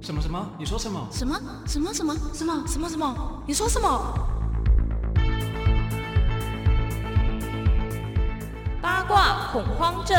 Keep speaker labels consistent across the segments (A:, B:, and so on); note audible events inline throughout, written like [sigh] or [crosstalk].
A: 什么什么？你说什么？
B: 什么什么什么什么什么什么？你说什么？
C: 八卦恐慌症。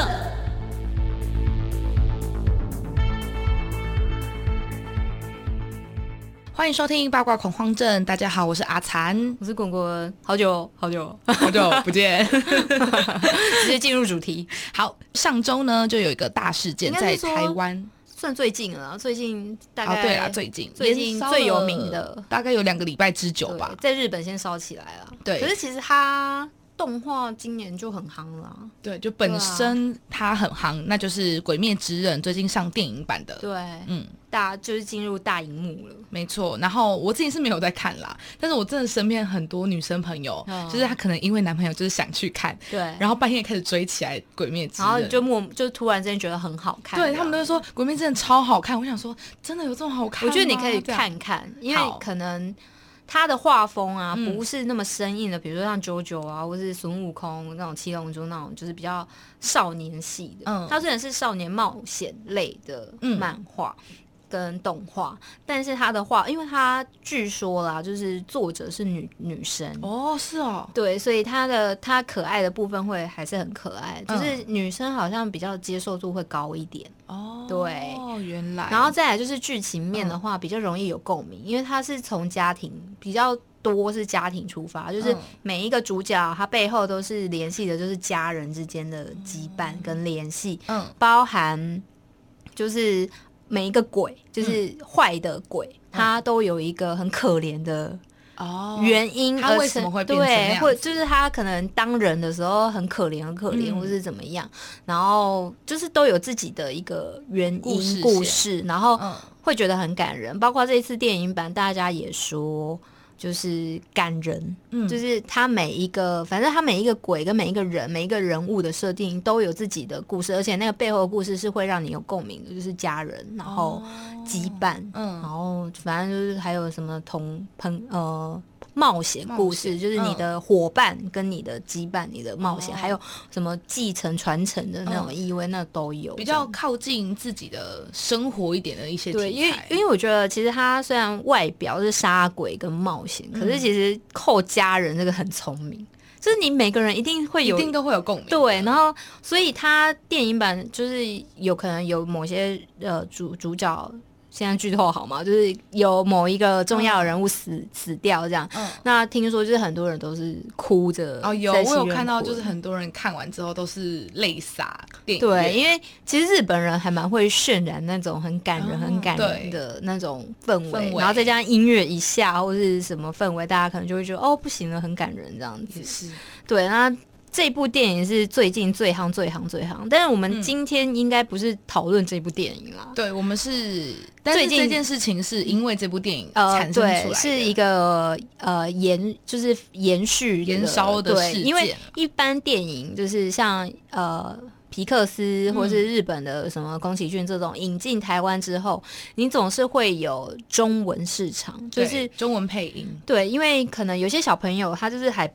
D: 欢迎收听八卦恐慌症。大家好，我是阿残，
C: 我是滚滚，好久哦
B: [laughs]
C: 好久，
D: 好久不 [laughs] 见。
C: 直接进入主题，
D: 好，上周呢就有一个大事件
C: 应该
D: 在
C: 是说
D: 台湾
C: 算最近了啦，最近大
D: 啊，
C: 概、
D: 对啦，最近
C: 最近
D: 延烧了
C: 最有名的
D: 大概有两个礼拜之久
C: 对
D: 吧。
C: 在日本先烧起来了。
D: 对
C: 可是其实它动画今年就很夯了啊。
D: 对，就本身它很夯，那就是《鬼灭之刃》最近上电影版的。
C: 对，
D: 嗯，
C: 大家就是进入大荧幕了。
D: 没错。然后我自己是没有在看啦，但是我真的身边很多女生朋友，
C: 嗯
D: 就是她可能因为男朋友就是想去看，
C: 对，
D: 然后半夜开始追起来《鬼灭之
C: 然
D: 刃》，
C: 后就默就突然之间觉得很好看。
D: 对他们都会说《鬼灭之刃》超好看。我想说，真的有这么好看
C: 我
D: 吗？
C: 觉得你可以
D: 这样
C: 看看，因为
D: 好
C: 可能他的画风啊，
D: 嗯
C: 不是那么生硬的，比如说像九九啊，或是孙悟空那种七龙珠那种，就是比较少年系的。
D: 嗯
C: 它虽然是少年冒险类的
D: 嗯
C: 漫画。跟动画，但是他的画，因为他据说啦，就是作者是女女生，
D: 哦，是哦，
C: 对，所以他的他可爱的部分会还是很可爱，
D: 嗯
C: 就是女生好像比较接受度会高一点。
D: 哦，
C: 对，
D: 原来，
C: 然后再来就是剧情面
D: 嗯
C: 的话，比较容易有共鸣，因为它是从家庭比较多是家庭出发，就是
D: 嗯
C: 每一个主角他背后都是联系的，就是家人之间的羁绊跟联系，
D: 嗯
C: 包含就是每一个鬼，就是坏的鬼，他都有一个很可怜的
D: 嗯哦，
C: 原因
D: 他
C: 而
D: 为什
C: 成
D: 么会变成那
C: 对，
D: 样
C: 或就是他可能当人的时候很可怜，很可怜，
D: 嗯
C: 或是怎么样，然后就是都有自己的一个原因
D: 故
C: 故
D: 事
C: 事，
D: 线
C: 然后
D: 嗯
C: 会觉得很感人。包括这一次电影版，大家也说。就是感人，
D: 嗯
C: 就是他每一个，反正他每一个鬼跟每一个人、每一个人物的设定都有自己的故事，而且那个背后的故事是会让你有共鸣的，就是家人，然后羁绊，然
D: 哦嗯，
C: 后反正就是还有什么同朋呃冒险故
D: 冒
C: 事，
D: 险嗯
C: 就是你的伙伴跟你的羁绊、你的冒险，
D: 哦
C: 还有什么继承传承的那种
D: 嗯
C: 意味，那都有
D: 比
C: 这样
D: 较靠近自己的生活一点的一些
C: 对，
D: 题
C: 因为
D: 材
C: 因为我觉得其实他虽然外表是杀鬼跟冒险，可
D: 嗯
C: 是其实扣家人这个很聪明，就是你每个人一定会
D: 一
C: 有
D: 定都会有共鸣。
C: 对，然后所以他电影版就是有可能有某些呃主主角。现在剧透好吗？就是有某一个重要的人物死、死掉这样。
D: 嗯
C: 那听说就是很多人都是哭着
D: 哦，有
C: 在
D: 我
C: 戏
D: 有
C: 院
D: 看到，
C: 哭
D: 就是
C: 的
D: 很多人看完之后都是泪洒电影
C: 对，
D: 院。
C: 因为其实日本人还蛮会渲染那种很感人、很感人
D: 哦对
C: 的那种氛围，
D: 氛围
C: 然后再加上音乐一下或是什么氛围，大家可能就会觉得哦不行了，很感人这样子
D: 也。是
C: 对，那这部电影是最近最夯、最夯、最夯。但是我
D: 嗯
C: 们今天应该不是讨论这部电影啦，
D: 对，我们是，但是
C: 最近
D: 这件事情是因为这部电影
C: 呃，
D: 产生出来
C: 对，
D: 的，
C: 是一个呃延，就是延续的
D: 延烧的
C: 对
D: 事件
C: 因为一般电影就是像呃。皮克斯或
D: 嗯
C: 是日本的什么宫崎骏这种引进台湾之后，你总是会有中文市场，就
D: 对
C: 是
D: 中文配音，
C: 对，因为可能有些小朋友他就是还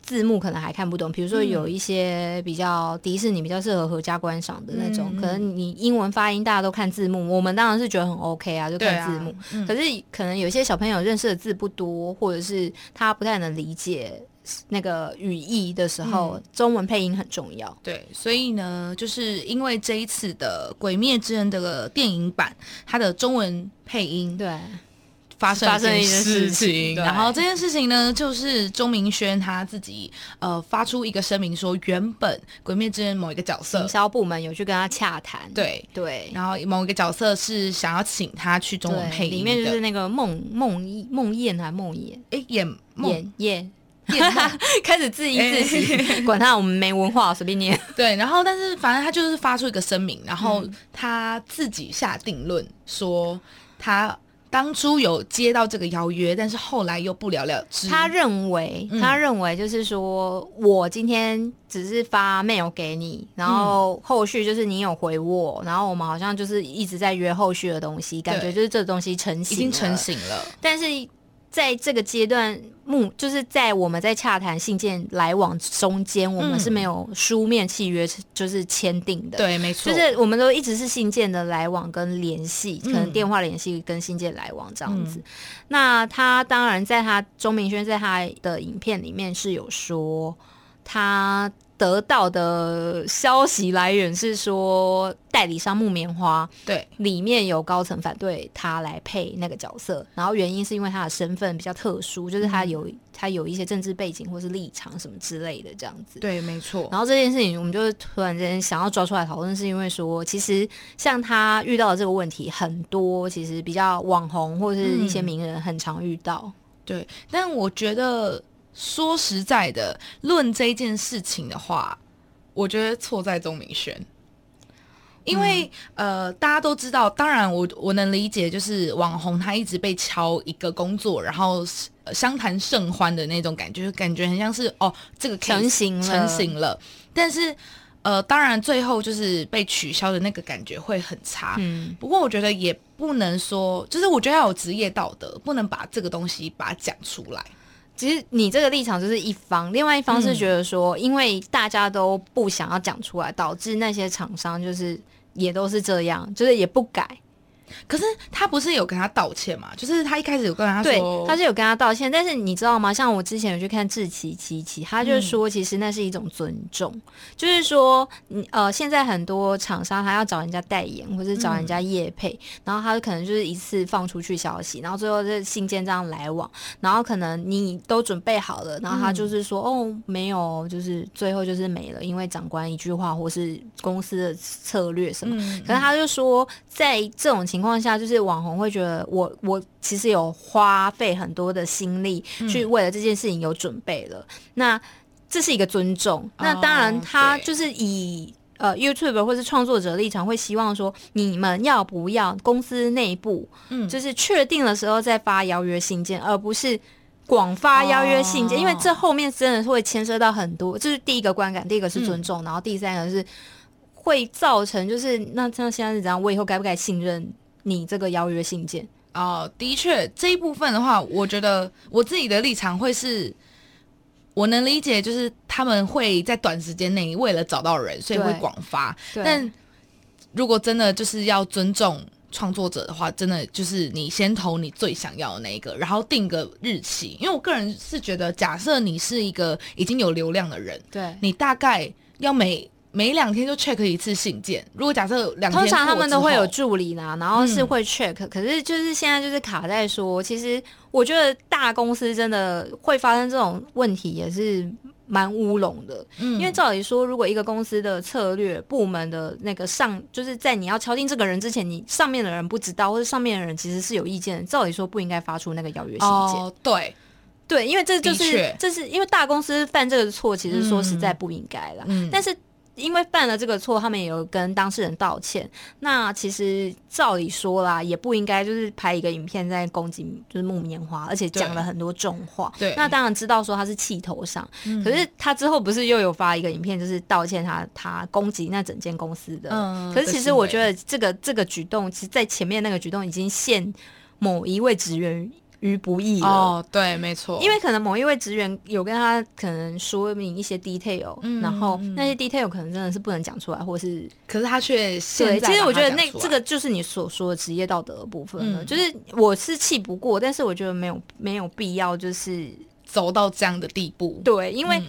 C: 字幕可能还看不懂，比如说
D: 嗯
C: 有一些比较迪士尼比较适合合家观赏的那种，
D: 嗯嗯
C: 可能你英文发音大家都看字幕，我们当然是觉得很 OK 啊，就
D: 对
C: 看
D: 啊
C: 字幕。
D: 嗯
C: 可是可能有些小朋友认识的字不多，或者是他不太能理解那个语义的时候，中文配音很重要。
D: 对，所以呢，就是因为这一次的《鬼灭之刃》的电影版，它的中文配音
C: 对，
D: 发生了
C: 发生了一件
D: 事
C: 事情对
D: 然后这件事情呢，就是钟明轩他自己呃发出一个声明说，原本《鬼灭之刃》某一个角色
C: 营，销部门有去跟他洽谈。
D: 对，
C: 对。
D: 然后某一个角色是想要请他去中文配
C: 对，
D: 音的，
C: 里面就是那个梦梦忆梦魇还梦魇
D: 哎演梦
C: 魇
D: [laughs]
C: 魇，
D: 演梦
C: 开始自一自
D: 哎
C: 喜，管他，我们没文化，随便念。
D: 对，然后但是反正他就是发出一个声明，然后
C: 嗯
D: 他自己下定论说他。当初有接到这个邀约，但是后来又不了了之。
C: 他认为，
D: 嗯
C: 他认为就是说我今天只是发 mail 给你，然后后续就是你有回我，然后我们好像就是一直在约后续的东西，感觉就是这东西成
D: 已
C: 型，
D: 经成。型了，
C: 但是在这个阶段，目就是在我们在洽谈信件来往中间，我们
D: 嗯
C: 是没有书面契约就是签订的。
D: 对，没错，
C: 就是我们都一直是信件的来往跟联系，可
D: 嗯
C: 能电话联系跟信件来往这样子。那他当然在他钟明轩在他的影片里面是有说，他得到的消息来源是说代理商木棉花
D: 对，
C: 里面有高层反对他来配那个角色，然后原因是因为他的身份比较特殊，就是他有、
D: 嗯
C: 他有一些政治背景或是立场什么之类的这样子。
D: 对，没错，
C: 然后这件事情，我们就突然间想要抓出来讨论，是因为说，其实像他遇到的这个问题，很多其实比较网红或者是一些
D: 嗯
C: 名人很常遇到。
D: 对。但我觉得说实在的，论这件事情的话，我觉得错在钟明轩。因为、
C: 嗯
D: 呃，大家都知道，当然我我能理解，就是网红他一直被敲一个工作，然后呃相谈甚欢的那种感觉，就感觉很像是哦，这个 case
C: 成型了
D: 成型了。但是呃，当然最后就是被取消的那个感觉会很差。
C: 嗯，
D: 不过我觉得也不能说，就是我觉得要有职业道德，不能把这个东西把它讲出来。
C: 其实你这个立场就是一方，另外一方是觉得说，因为大家都不想要讲出来，导致那些厂商就是也都是这样，就是也不改。
D: 可是他不是有跟他道歉嘛？就是他一开始有跟他
C: 对
D: 说，，
C: 他是有跟他道歉，但是你知道吗？像我之前有去看志奇七七，他
D: 嗯
C: 就是说，其实那是一种尊重，就是说，你呃，现在很多厂商他要找人家代言，或是
D: 嗯
C: 找人家业配，然后他可能就是一次放出去消息，然后最后这信件这样来往，然后可能你都准备好了，然后
D: 嗯
C: 他就是说，哦，没有，就是最后就是没了，因为长官一句话或是公司的策略什么，
D: 嗯，
C: 可是他就说，在这种情况下，就是网红会觉得我我其实有花费很多的心力去为了这件事情有准备了，那这是一个尊重。那当然，他
D: 对
C: 就是以。呃，YouTube 或是创作者立场会希望说，你们要不要公司内部，
D: 嗯
C: 就是确定的时候再发邀约信件，而不是广发邀约信件，因为
D: 哦
C: 这后面真的会牵涉到很多，这、是第一个观感，第一个是尊重，然后第三个是会造成就是那那现在是怎样？我以后该不该信任你这个邀约信件？
D: 哦，的确这一部分的话，我觉得我自己的立场会是，我能理解，就是他们会在短时间内为了找到人，所以会
C: 对
D: 广发。
C: 对
D: 但如果真的就是要尊重创作者的话，真的就是你先投你最想要的那一个，然后定个日期。因为我个人是觉得，假设你是一个已经有流量的人，
C: 对，
D: 你大概要每每两天就 check 一次信件。如果假设两天
C: 通常他
D: 过
C: 们
D: 之
C: 都会有
D: 后哦嗯
C: 助理啦，然后是会 check，、可是就是现在就是卡在说，其实我觉得大公司真的会发生这种问题也是蛮乌龙的，
D: 嗯
C: 因为照理说，如果一个公司的策略部门的那个上，就是在你要敲定这个人之前，你上面的人不知道，或者上面的人其实是有意见的，照理说不应该发出那个邀约信件。
D: 哦，对，
C: 对，因为这就
D: 的
C: 是
D: 确
C: 这是因为大公司犯这个错，其实说实在不应该啦。
D: 嗯
C: 但是因为犯了这个错，他们也有跟当事人道歉。那其实照理说啦，也不应该就是拍一个影片在攻击就是木棉花，而且讲
D: 对
C: 了很多重话。
D: 对
C: 那当然知道说他是气头上，
D: 嗯
C: 可是他之后不是又有发一个影片，就是道歉他他攻击那整间公司的。
D: 嗯
C: 可是其
D: 的
C: 实
D: 行欸
C: 我
D: 为
C: 觉得这个这个举动，其实在前面那个举动已经陷某一位职员于不义了。
D: 哦，对，没错，
C: 因为可能某一位职员有跟他可能说明一些 detail，、
D: 嗯
C: 然后
D: 嗯
C: 那些 detail 可能真的是不能讲出来，或是
D: 可是他却
C: 对。
D: 现在
C: 其实我
D: 把它
C: 觉得
D: 讲
C: 那
D: 出来
C: 这个就是你所说的职业道德的部分了，
D: 嗯
C: 就是我是气不过，但是我觉得没有没有必要，就是
D: 走到这样的地步，
C: 对，因为
D: 嗯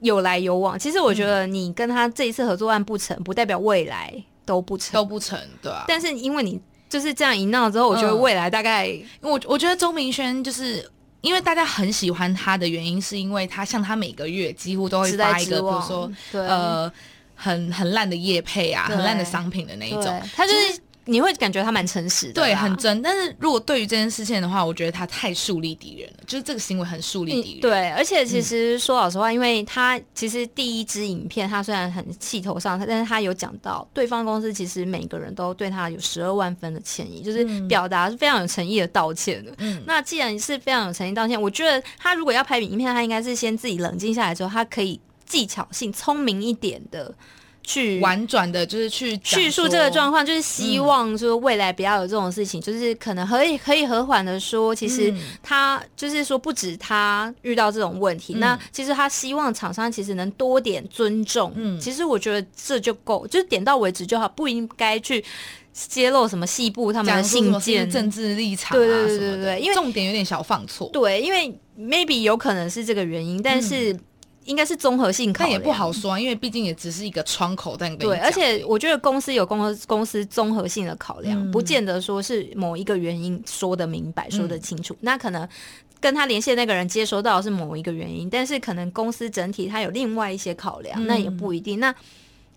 C: 有来有往。其实我觉得你跟他这一次合作案不成，不代表未来都不成，
D: 都不成，对啊。
C: 但是因为你就是这样一闹之后，我觉得
D: 嗯
C: 未来大概、
D: 我我觉得周明轩就是。因为大家很喜欢他的原因，是因为他像他每个月几乎都会
C: 时代
D: 发一
C: 之
D: 个，比如
C: 王
D: 说
C: 对
D: 呃很很烂的叶配啊，
C: 对
D: 很烂的商品的那一
C: 对
D: 种，
C: 他就是你会感觉他蛮诚实的啦，啊
D: 对很真。但是如果对于这件事情的话，我觉得他太树立敌人了，就是这个行为很树立
C: 嗯
D: 敌人。
C: 对，而且其实说老实话，因为他其实第一支影片，他虽然很气头上，但是他有讲到对方公司其实每个人都对他有十二万分的歉意，就是表达是非常有诚意的道歉的。
D: 嗯
C: 那既然是非常有诚意道歉，我觉得他如果要拍影片，他应该是先自己冷静下来之后，他可以技巧性、聪明一点的。去
D: 婉转的，就是去讲
C: 叙述这个
D: 说嗯
C: 状况，就是希望说未来不要有这种事情，就是可能可以可以和缓的说，其实
D: 嗯
C: 他就是说不止他遇到这种问题，
D: 嗯
C: 那其实他希望厂商其实能多点尊重。
D: 嗯
C: 其实我觉得这就够，就是点到为止就好，不应该去揭露什么细部他们的
D: 讲说什
C: 信
D: 么是
C: 件
D: 不是政治立场啊
C: 对对对
D: 什么的
C: 对对因为
D: 重点有点小放错，
C: 对，因为 maybe 有可能是这个原因，但是应该是综合性考
D: 嗯但
C: 量。
D: 也不好说啊，因为毕竟也只是一个窗口，但跟你
C: 对，
D: 讲
C: 而且我觉得公司有公合公司综合性的考量，
D: 嗯
C: 不见得说是某一个原因说的明白、说
D: 嗯
C: 的清楚。那可能跟他联系的那个人接收到的是某一个原因，但是可能公司整体它有另外一些考量，那
D: 嗯
C: 也不一定。那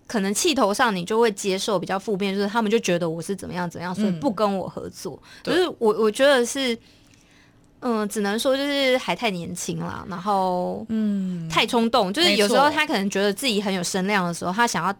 C: 可能气头上你就会接受比较负面，就是他们就觉得我是怎么样怎么样，所以不跟我合作。可
D: 嗯对
C: 是我我觉得是。嗯，只能说就是还太年轻啦，然后
D: 嗯，
C: 太冲动，就是有时候
D: 没错
C: 他可能觉得自己很有声量的时候，他想要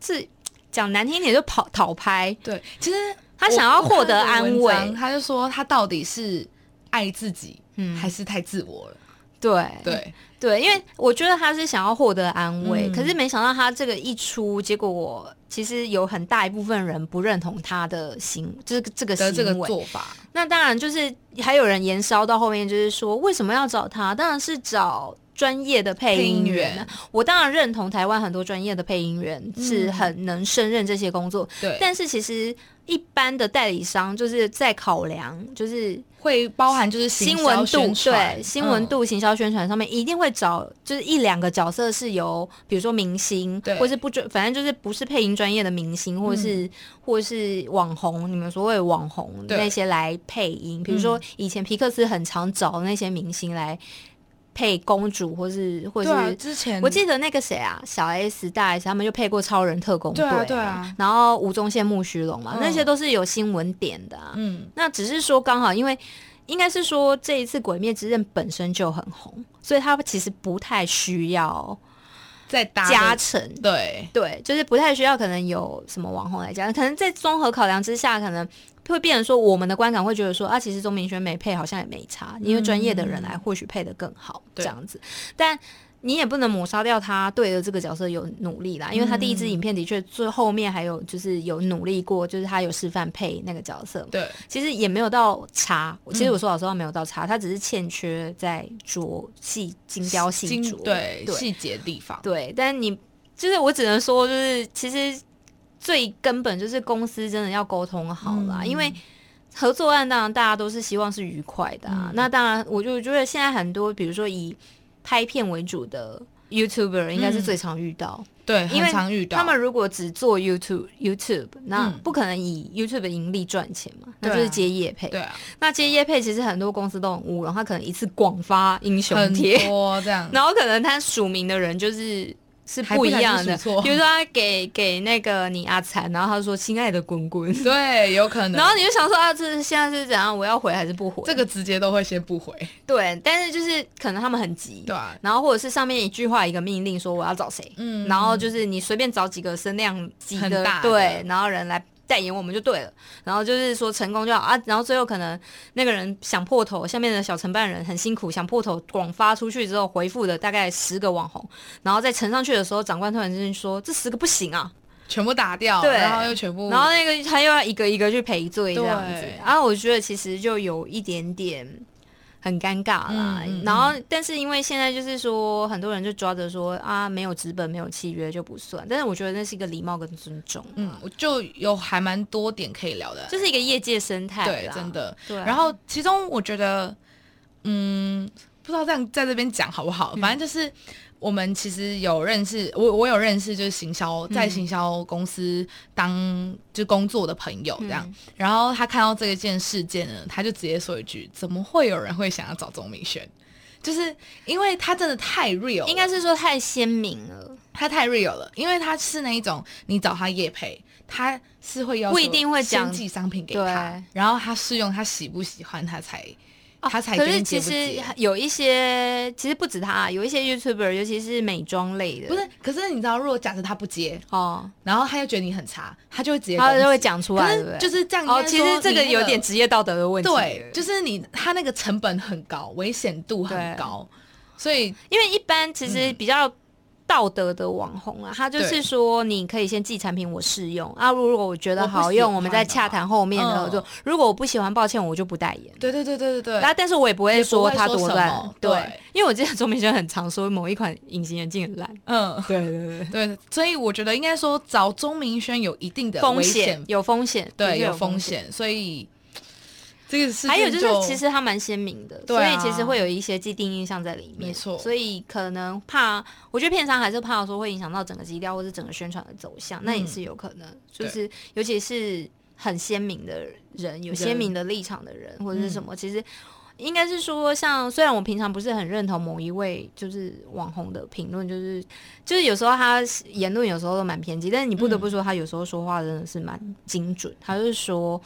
C: 自讲难听一点就跑讨拍，
D: 对，其实
C: 他
D: 我
C: 想要获得
D: 我看了
C: 安
D: 文章
C: 慰，
D: 他就说他到底是爱自己，
C: 嗯
D: 还是太自我了？
C: 对
D: 对，
C: 对，因为我觉得他是想要获得安慰，
D: 嗯
C: 可是没想到他这个一出，结果我其实有很大一部分人不认同他的行，就是这个行
D: 的
C: 为。
D: 这个做法，
C: 那当然就是还有人延烧到后面，就是说为什么要找他？当然是找专业的配音员。
D: 配音员
C: 我当然认同台湾很多专业的配音员
D: 嗯
C: 是很能胜任这些工作，
D: 对，
C: 但是其实一般的代理商就是在考量，就是
D: 会包含就是行
C: 新
D: 销
C: 闻度
D: 宣传嗯
C: 对新闻、度、行销宣传上面一定会找，就是一两个角色是由，比如说明星，
D: 对嗯
C: 或是不准，反正就是不是配音专业的明星，或是、或是网红，你们所谓的网红
D: 对嗯
C: 那些来配音，比如说以前皮克斯很常找那些明星来配公主，或是或
D: 嗯
C: 是、
D: 对啊，之前
C: 我记得那个谁啊，小 S、大 S 他们就配过超人特工队、
D: 对啊对啊
C: 然后吴宗宪、木须龙嘛，
D: 嗯
C: 那些都是有新闻点的啊。
D: 嗯，
C: 那只是说刚好，因为应该是说这一次《鬼灭之刃》本身就很红，所以它其实不太需要
D: 在搭
C: 加
D: 加
C: 成。
D: 对
C: 对，就是不太需要，可能有什么网红来加，可能在综合考量之下，可能会变成说我们的观感会觉得说啊，其实钟明轩没配好像也没差，因为专业的人来或许配的更好、这
D: 嗯对
C: 样子，但。你也不能抹杀掉他对了这个角色有努力啦，因为他第一支影片的确最后面还有就是有努力过，就是他有示范配那个角色嘛
D: 对
C: 其实也没有到差，其实我说老实话没有到差，他只是欠缺在着细精雕细
D: 精
C: 琢，
D: 对
C: 对
D: 细节地方，
C: 对，但你就是我只能说，就是其实最根本就是公司真的要沟通好啦，
D: 嗯
C: 因为。合作案当然大家都是希望是愉快的、啊，
D: 嗯
C: 那当然我就觉得现在很多，比如说以拍片为主的 YouTuber 应该是
D: 嗯
C: 最常遇到，
D: 对，
C: 因为
D: 很常遇到
C: 他们如果只做 YouTube YouTube，那
D: 嗯
C: 不可能以 YouTube 盈利赚钱嘛，那
D: 对啊
C: 就是接业配。
D: 对
C: [laughs]
D: 啊，
C: 那接业配其实很多公司都很乌龙，他可能一次广发英雄
D: 很
C: 贴，
D: 多这样，
C: 然后可能他署名的人就是是
D: 还
C: 不
D: 不
C: 一
D: 小心
C: 样的，
D: 署错
C: 比如说他给给那个你阿才，然后他说亲爱的滚滚，
D: 对，有可能
C: 然，后你就想说啊，这现在是怎样？我要回还是不回？
D: 这个直接都会先不回，
C: 对，但是就是可能他们很急，
D: 对啊
C: 然后或者是上面一句话一个命令说我要找谁，
D: 嗯
C: 然后就是你随便找几个声量级
D: 很
C: 的
D: 大的
C: 对，然后人来代言我们就对了，然后就是说成功就好啊，然后最后可能那个人想破头，下面的小承办人很辛苦想破头，广发出去之后回复的大概十个网红，然后再呈上去的时候，长官突然之间说这十个不行啊，
D: 全部打掉，
C: 对
D: 然后又全部，
C: 然后那个他又要一个一个去赔罪这样子
D: 嗯对，
C: 然后我觉得其实就有一点点很尴尬啦。
D: 嗯嗯嗯
C: 然后，但是因为现在就是说，很多人就抓着说啊，没有资本、没有契约就不算，但是我觉得那是一个礼貌跟尊重，嗯，
D: 嗯，我就有还蛮多点可以聊的，
C: 就是一个业界生态，
D: 对，真，的。
C: 对啊。
D: 然后其中我觉得，嗯，不知道这样在这边讲好不好？反正就是我们其实有认识，我我有认识就是行销在行销公司当就工作的朋友这样。然后他看到这一件事件呢，他就直接说一句：怎么会有人会想要找钟明轩？就是因为他真的太 real，了
C: 应该是说太鲜明了，
D: 他太 real 了，因为他是那一种你找他夜配，他是会要求
C: 不一定会讲
D: 先寄商品给他
C: 对，哦
D: 然后他试用他喜不喜欢，他才、他才
C: 可
D: 跟
C: 是
D: 你
C: 其
D: 接不
C: 实
D: 接。
C: 有一些，其实不止他、有一些 YouTuber，尤其是美妆类的，
D: 不是，可是你知道，如果假设他不接，
C: 哦，
D: 然后他又觉得你很差，他就会直接
C: 他
D: 攻击
C: 就会讲出来，
D: 可
C: 对不对
D: 是就是这样应该说
C: 哦，
D: 你
C: 其
D: 那个、
C: 实这个有点职业道德的问题，
D: 对，就是你他那个成本很高，危险度很
C: 对
D: 高，所以
C: 因为一般其实比较道德的网红啊，他就是
D: 嗯对
C: 说你可以先寄产品我试用啊，如果我觉得
D: 我不
C: 好
D: 喜
C: 用，我们
D: 欢
C: 再
D: 的
C: 洽
D: 话
C: 谈后面的合作。
D: 嗯
C: 如果我不喜欢，抱歉，我就不代言。
D: 对对对对对
C: 然
D: 对，
C: 后，但是我也不会说他多
D: 也不会
C: 烂
D: 说什么，
C: 对
D: 对，
C: 因为我记得钟明轩很常说某一款隐形眼镜很烂，
D: 嗯。
C: 对对对，
D: 对，所以我觉得应该说找钟明轩有一定的
C: 风
D: 危
C: 险有风险，的
D: 对，
C: 确
D: 有
C: 风
D: 风。险，所以这个事
C: 还有
D: 件
C: 就是，其实他蛮鲜明的，
D: 对啊
C: 所以其实会有一些既定印象在里面。
D: 没错
C: 所以可能怕，我觉得片商还是怕说会影响到整个基调或者整个宣传的走向，那
D: 嗯
C: 也是有可能。就是尤其是很鲜明的人，有鲜明的立场的人或者是什
D: 嗯
C: 么，其实应该是说像，虽然我平常不是很认同某一位就是网红的评论，就是就是有时候他言论有时候都蛮偏激，但是你不
D: 嗯
C: 得不说他有时候说话真的是蛮精准。他就是说，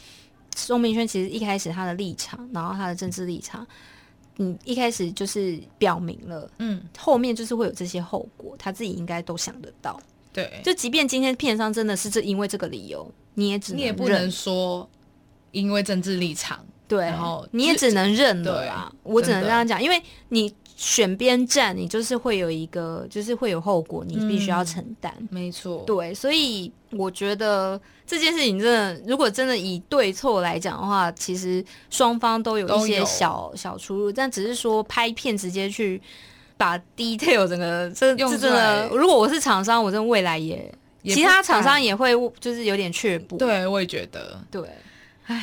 C: 钟明轩其实一开始他的立场，然后他的政治立场，嗯，一开始就是表明了，
D: 嗯，
C: 后面就是会有这些后果，他自己应该都想得到。
D: 对，
C: 就即便今天片商真的是这因为这个理由，你也只能
D: 你也不
C: 忍
D: 能说因为政治立场，
C: 对，
D: 然后
C: 你也
D: 就
C: 只能认了
D: 对
C: 啦。我只能这样讲，因为你选边站，你就是会有一个，就是会有后果，
D: 嗯
C: 你必须要承担。
D: 没错，
C: 对，所以我觉得这件事情真的，如果真的以对错来讲的话，其实双方都有一
D: 都
C: 些
D: 有
C: 小小出入，但只是说拍片直接去把 detail 整个这
D: 用
C: 这
D: 出
C: 真的
D: 来，
C: 如果我是厂商，我真的未来也
D: 也
C: 其
D: 不
C: 他厂
D: 敢
C: 商也会就是有点却步。
D: 对，我也觉得。
C: 对，嗯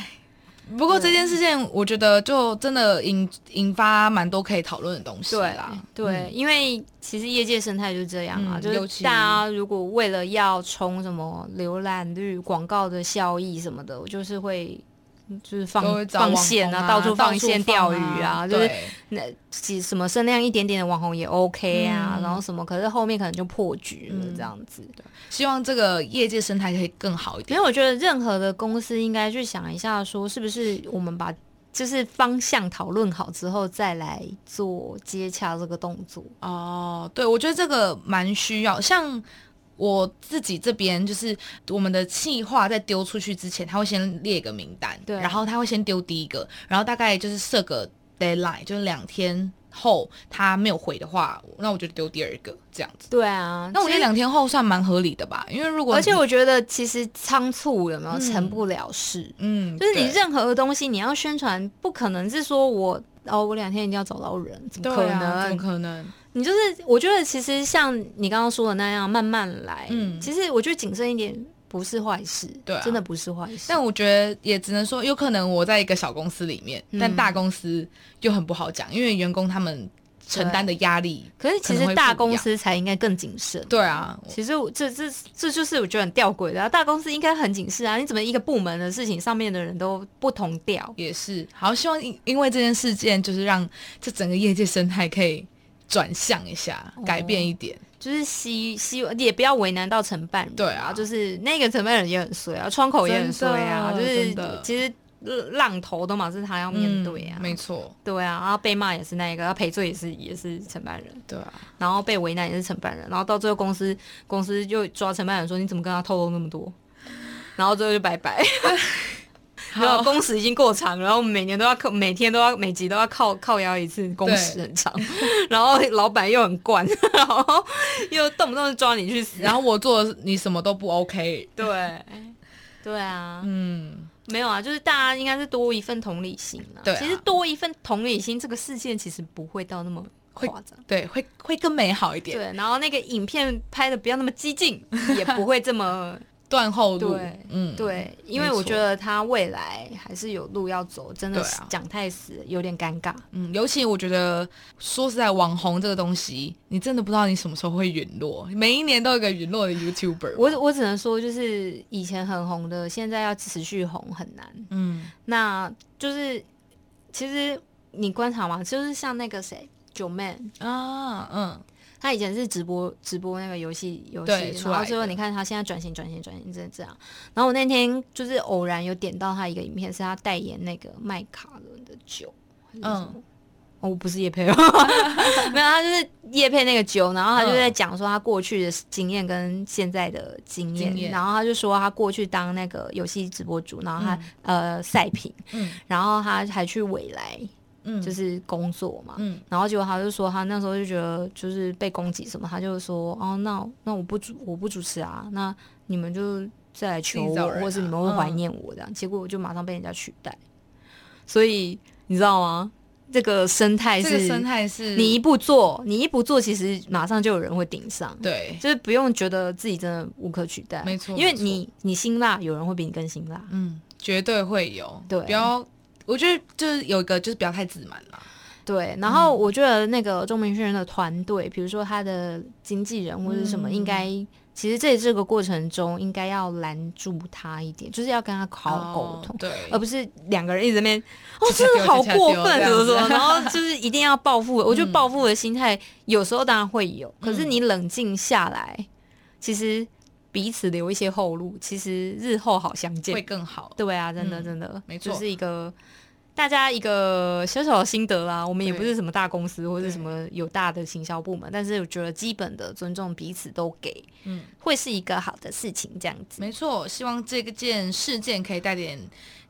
D: 不过这件事件，我觉得就真的引引发蛮多可以讨论的东西
C: 对
D: 啦。
C: 对，因为其实业界生态就是这样啊，
D: 嗯
C: 就
D: 尤
C: 是
D: 其
C: 大家如果为了要冲什么浏览率、广告的效益什么的，我就是会。就是放
D: 都会找
C: 放
D: 网
C: 线
D: 红
C: 啊，
D: 啊，
C: 到
D: 到
C: 处放线钓鱼
D: 啊，
C: 就是
D: 对
C: 那几什么声量一点点的网红也 OK 啊，
D: 嗯
C: 然后什么，可是后面可能就破局了
D: 嗯
C: 这样子。
D: 希望这个业界生态可以更好一
C: 因
D: 点
C: 为。我觉得任何的公司应该去想一下，说是不是我们把就是方向讨论好之后，再来做接洽这个动作。
D: 哦，对，我觉得这个蛮需要。像我自己这边，就是我们的企划在丢出去之前，他会先列个名单，
C: 对
D: 然后他会先丢第一个，然后大概就是设个 deadline，就是两天后他没有回的话，那我就丢第二个这样子。
C: 对啊，
D: 那我觉
C: 其实
D: 得两天后算蛮合理的吧，因为如果
C: 而且我觉得其实仓促有没有
D: 嗯
C: 成不了事，
D: 嗯，
C: 就是你
D: 对
C: 任何的东西你要宣传，不可能是说我哦我两天一定要找到人，怎么可
D: 对啊怎
C: 能？
D: 么可能？
C: 你就是我觉得其实像你刚刚说的那样慢慢来，
D: 嗯
C: 其实我觉得谨慎一点不是坏事，
D: 对啊
C: 真的不是坏事。
D: 但我觉得也只能说，有可能我在一个小公司里面，
C: 嗯
D: 但大公司又很不好讲，因为员工他们承担的压力。
C: 可是其
D: 可能会不
C: 实
D: 一样
C: 大公司才应该更谨慎。
D: 对啊，
C: 其实我这这这就是我觉得很吊诡的、啊，大公司应该很谨慎啊！你怎么一个部门的事情上面的人都不同调？
D: 也是。好，希望因因为这件事件，就是让这整个业界生态可以转向一下，改变一点。
C: 就是希希望也不要为难到承办人，
D: 对啊
C: 就是那个承办人也很衰啊，窗口也很衰啊，就
D: 真的
C: 是
D: 真的
C: 其实浪头都嘛是他要面对啊，
D: 嗯没错，
C: 对啊，然后被骂也是那一个，然后赔罪也是也是承办人，
D: 对啊，
C: 然后被为难也是承办人，然后到最后公司公司就抓承办人说你怎么跟他透露那么多，然后最后就拜
D: [laughs]
C: 拜。然后工时已经过长，然后每年都要靠，每天都要每集都要靠靠腰一次，工时
D: 对
C: 很
D: [laughs]
C: 长，然后老板又很惯，然后又动不动就抓你去死。
D: 然后我做你什么都不 OK，
C: 对，对啊，
D: 嗯，
C: 没有啊，就是大家应该是多一份同理心啊。
D: 对啊
C: 其实多一份同理心，这个事件其实不会到那么
D: 会
C: 夸张。
D: 对，会会更美好一点，
C: 对，然后那个影片拍的不要那么激
D: [laughs]
C: 进，也不会这么
D: 断后路
C: 对，
D: 嗯，，
C: 对，因为
D: 没错
C: 我觉得他未来还是有路要走，真的
D: 对啊
C: 讲太死了有点尴尬。
D: 嗯，尤其我觉得说实在，网红这个东西，你真的不知道你什么时候会陨落，每一年都有一个陨落的 YouTuber，
C: 我我只能说，就是以前很红的，现在要持续红很难。
D: 嗯，
C: 那就是其实你观察嘛，就是像那个谁九妹，
D: 啊，嗯，
C: 他以前是直播直播那个游戏游戏，
D: 对出
C: 然
D: 来
C: 后
D: 的
C: 最后你看他现在转型转型转型这这样。然后我那天就是偶然有点到他一个影片，是他代言那个麦卡伦的酒，嗯
D: 嗯。
C: 哦，不是叶佩哦， [laughs] 没有，他就是叶佩那个酒，然后他就在讲说他过去的经验跟现在的经验，
D: 经验
C: 然后他就说他过去当那个游戏直播主，然后他、呃赛评，
D: 嗯
C: 然后他还去未来
D: 嗯
C: 就是工作嘛，
D: 嗯
C: 然后结果他就说，他那时候就觉得就是被攻击什么，他就说，哦，那那我不主我不主持啊，那你们就再来求
D: 自己
C: 我，
D: 找人啊嗯
C: 或是你们会怀念我这样。结果我就马上被人家取代，所以你知道吗？这个生态
D: 这
C: 是，
D: 个生态是
C: 你一不做，你一不做，其实马上就有人会顶上。
D: 对，
C: 就是不用觉得自己真的无可取代，
D: 没错
C: 因为
D: 没错
C: 你你辛辣，有人会比你更辛辣，
D: 嗯，绝对会有，
C: 对
D: 不要，我觉得就是有一个就是不要太自满啦，
C: 对，
D: 嗯
C: 然后我觉得那个钟明轩的团队，比如说他的经纪人或者什么，
D: 嗯
C: 应该其实在这个过程中应该要拦住他一点，就是要跟他好好沟通呃
D: 哦。对，
C: 而不是两个人一直在那边，哦，
D: 恰
C: 真
D: 丢
C: 的好过分，
D: 恰恰
C: 什
D: 丢
C: 么什
D: 这样 [laughs]
C: 么，
D: 子
C: 然后就是一定要报复。我觉得报复的心态有时候当然会有，可是
D: 嗯
C: 你冷静下来，其实彼此留一些后路，其实日后好相见
D: 会。更好。
C: 对啊，真的
D: 嗯
C: 真的，
D: 没错
C: 就是一个大家一个小小的心得啦。我们也
D: 对
C: 不是什么大公司或者
D: 对
C: 什么有大的行销部门，但是我觉得基本的尊重彼此都给，
D: 嗯，
C: 会是一个好的事情。这样子，
D: 没错，希望这个件事件可以带点，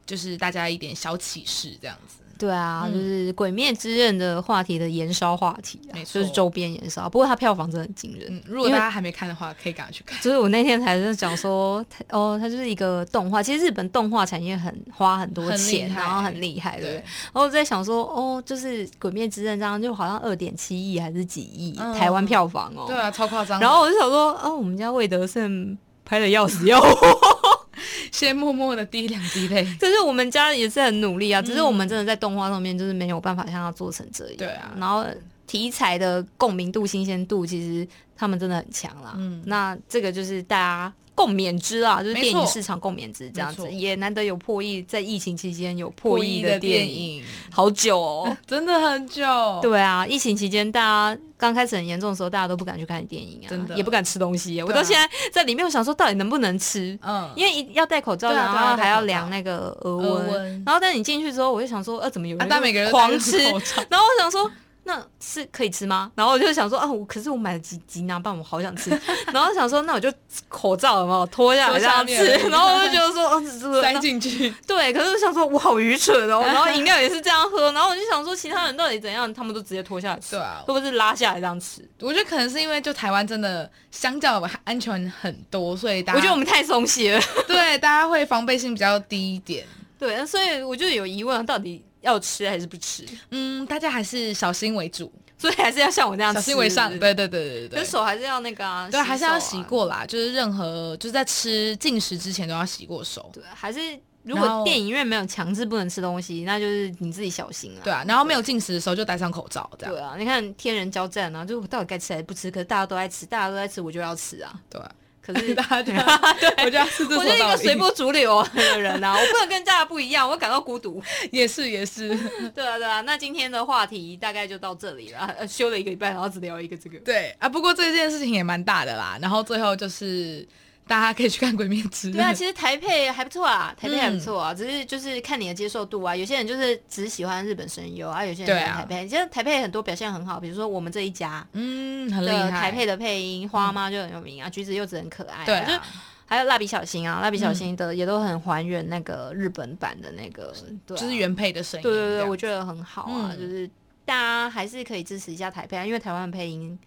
D: 就是大家一点小启示，这样子。
C: 对啊，
D: 嗯
C: 就是《鬼灭之刃》的话题的延烧话题啊，
D: 没错
C: 就是周边延烧。不过它票房真的很惊人。
D: 嗯，如果大家还没看的话，可以赶快去看。
C: 就是我那天才在讲说，它哦，它就是一个动画。其实日本动画产业很花很多
D: 很厉
C: 钱，
D: 害
C: 然后很厉害，对不对
D: 对？，
C: 然后我在想说，哦，就是《鬼灭之刃》这样，就好像二点七亿还是几亿、
D: 嗯
C: 台湾票房哦。
D: 对啊，超夸张的。
C: 然后我就想说，哦，我们家魏德胜拍的要死要活， [laughs]
D: 先默默的滴两滴泪。
C: 可是我们家也是很努力啊，只是我们真的在动画上面就是没有办法像他做成这样。
D: 嗯对啊
C: 然后题材的共鸣度、新鲜度，其实他们真的很强啦。
D: 嗯
C: 那这个就是大家。共勉之啊，就是
D: 没
C: 电影
D: 错
C: 市场共勉之这样
D: 没
C: 子，
D: 错
C: 也难得有破亿，在疫情期间有破亿
D: 的
C: 电
D: 电，影
C: 好久
D: [laughs]
C: 哦。
D: 真的很久。
C: 对啊，疫情期间大家刚开始很严重的时候，大家都不敢去看电影啊，
D: 真的
C: 也不敢吃东西耶、我
D: 对啊
C: 到现在在里面，我想说到底能不能吃？
D: 嗯，
C: 因为一要戴口罩，
D: 对啊
C: 然
D: 对啊
C: 后还要
D: 戴口罩
C: 量那个额
D: 额
C: 温，
D: 温
C: 然后但你进去之后，我就想说，呃，怎么有
D: 啊，
C: 人
D: 但每个人
C: 就
D: 都戴
C: 狂
D: 着
C: 吃？
D: 口罩
C: 然后我想说。那是可以吃吗？然后我就想说啊，我可是我买了几几拿棒，我好想
D: [laughs]
C: 吃。然后想说，那我就口罩有没有脱下来
D: 脱
C: 这
D: 下
C: 样
D: 面
C: 吃？然后我就觉得说，哦，这这
D: 塞进去，
C: 对，可是我想说，我好愚蠢
D: [laughs]
C: 哦。然后饮料也是这样喝，然后我就想说，其他人到底怎样？他们都直接脱下来吃，
D: 对啊
C: 都不是拉下来这样吃。
D: 我觉得可能是因为就台湾真的相较安全很多，所以大
C: 我
D: 家
C: 觉得我们太松懈
D: [laughs]
C: 了。
D: 对大家会防备性比较低一点。
C: 对，所以我就有疑问，到底要吃还是不
D: [laughs]
C: 吃？
D: 嗯，大家还是小心为主，
C: 所以还是要像我那样吃
D: 小心为上。，对对对对对
C: 跟
D: 对。
C: 手还是要那个啊，
D: 对，还是要洗
C: 手啊。
D: 过啦，就是任何就是在吃进食之前都要洗过手，
C: 对，还是如
D: 然
C: 果
D: 后
C: 电影院没有强制不能吃东西，那就是你自己小心了。
D: 对啊，然后没有进食的时候就戴上口罩，这样
C: 对啊，你看天人交战啊，就我到底该吃还是不吃？可是大家都爱吃，大家都在吃，我就要吃啊。
D: 对啊，
C: 可是
D: [laughs] 大
C: [laughs]
D: 家就对，我觉得是
C: 哎
D: 这
C: 我就
D: 所
C: 一
D: 道
C: 个
D: 理
C: 随波逐流的人啊，我 [laughs] 不能跟大家不一样，我感到孤
D: [laughs]
C: 独。
D: 也是也是，
C: 对啊，对啊，那今天的话题大概就到这里了，呃休了一个礼拜，然后只聊一个这
D: [laughs]
C: 个。
D: 对啊，不过这件事情也蛮大的啦，然后最后就是大家可以去看《鬼灭之
C: 对
D: 刃
C: 啊，》，其实台配还不错啊，台配还不
D: 嗯
C: 错啊，只是就是看你的接受度啊。有些人就是只喜欢日本声优啊，有些人喜
D: 对
C: 欢
D: 啊
C: 台配。其实台配很多表现很好，比如说我们这一家
D: 嗯，很厉
C: 的
D: 害，嗯
C: 台配的配音，花妈就很有名啊，橘子柚子很可爱、
D: 对
C: 就
D: 啊，嗯
C: 还有蜡笔小新啊，蜡笔小新的也都很还原那个日本版的那个，对啊
D: 就是原配的声音，
C: 对对
D: 这
C: 对，
D: 样
C: 我觉得很好啊，
D: 嗯
C: 就是大家还是可以支持一下台配啊，因为台湾的配音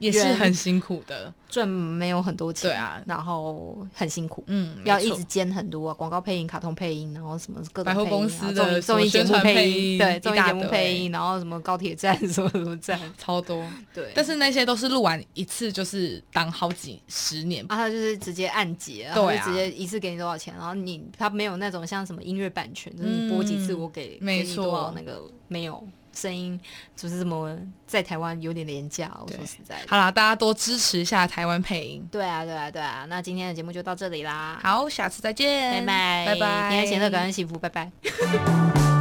D: 也是很辛苦的，
C: 赚没有很多钱，
D: 对啊
C: 然后很辛苦。
D: 嗯，
C: 要
D: 没
C: 一
D: 错
C: 直兼很多啊，广告配音、卡通配音，然后什么各种
D: 百货
C: 配音啊
D: 公司的
C: 综艺综
D: 什么
C: 艺节
D: 宣
C: 目
D: 传配
C: 音，
D: 音
C: 对
D: 一
C: 综艺
D: 大
C: 节目
D: 堆
C: 配音，然后什么高铁站 [laughs] 什么什么
D: [laughs]
C: 站，
D: 超多，
C: 对。
D: 但是那些都是录完一次就是当好几十年，
C: 啊，他就是直接按结啊，
D: 对啊
C: 他就直接一次给你多少钱，然后你他没有那种像什么音乐版权，就是你播几次
D: 嗯
C: 我给，
D: 没
C: 给你多少
D: 错
C: 那个没有声音，就是这么在台湾有点廉价，我说
D: 对
C: 实在的。
D: 好啦，大家多支持一下台湾配音，
C: 对啊，对啊，对啊，那今天的节目就到这里啦，，
D: 好，下次再见，
C: 拜拜，
D: 拜拜，
C: 平安喜乐，感恩幸福，拜拜。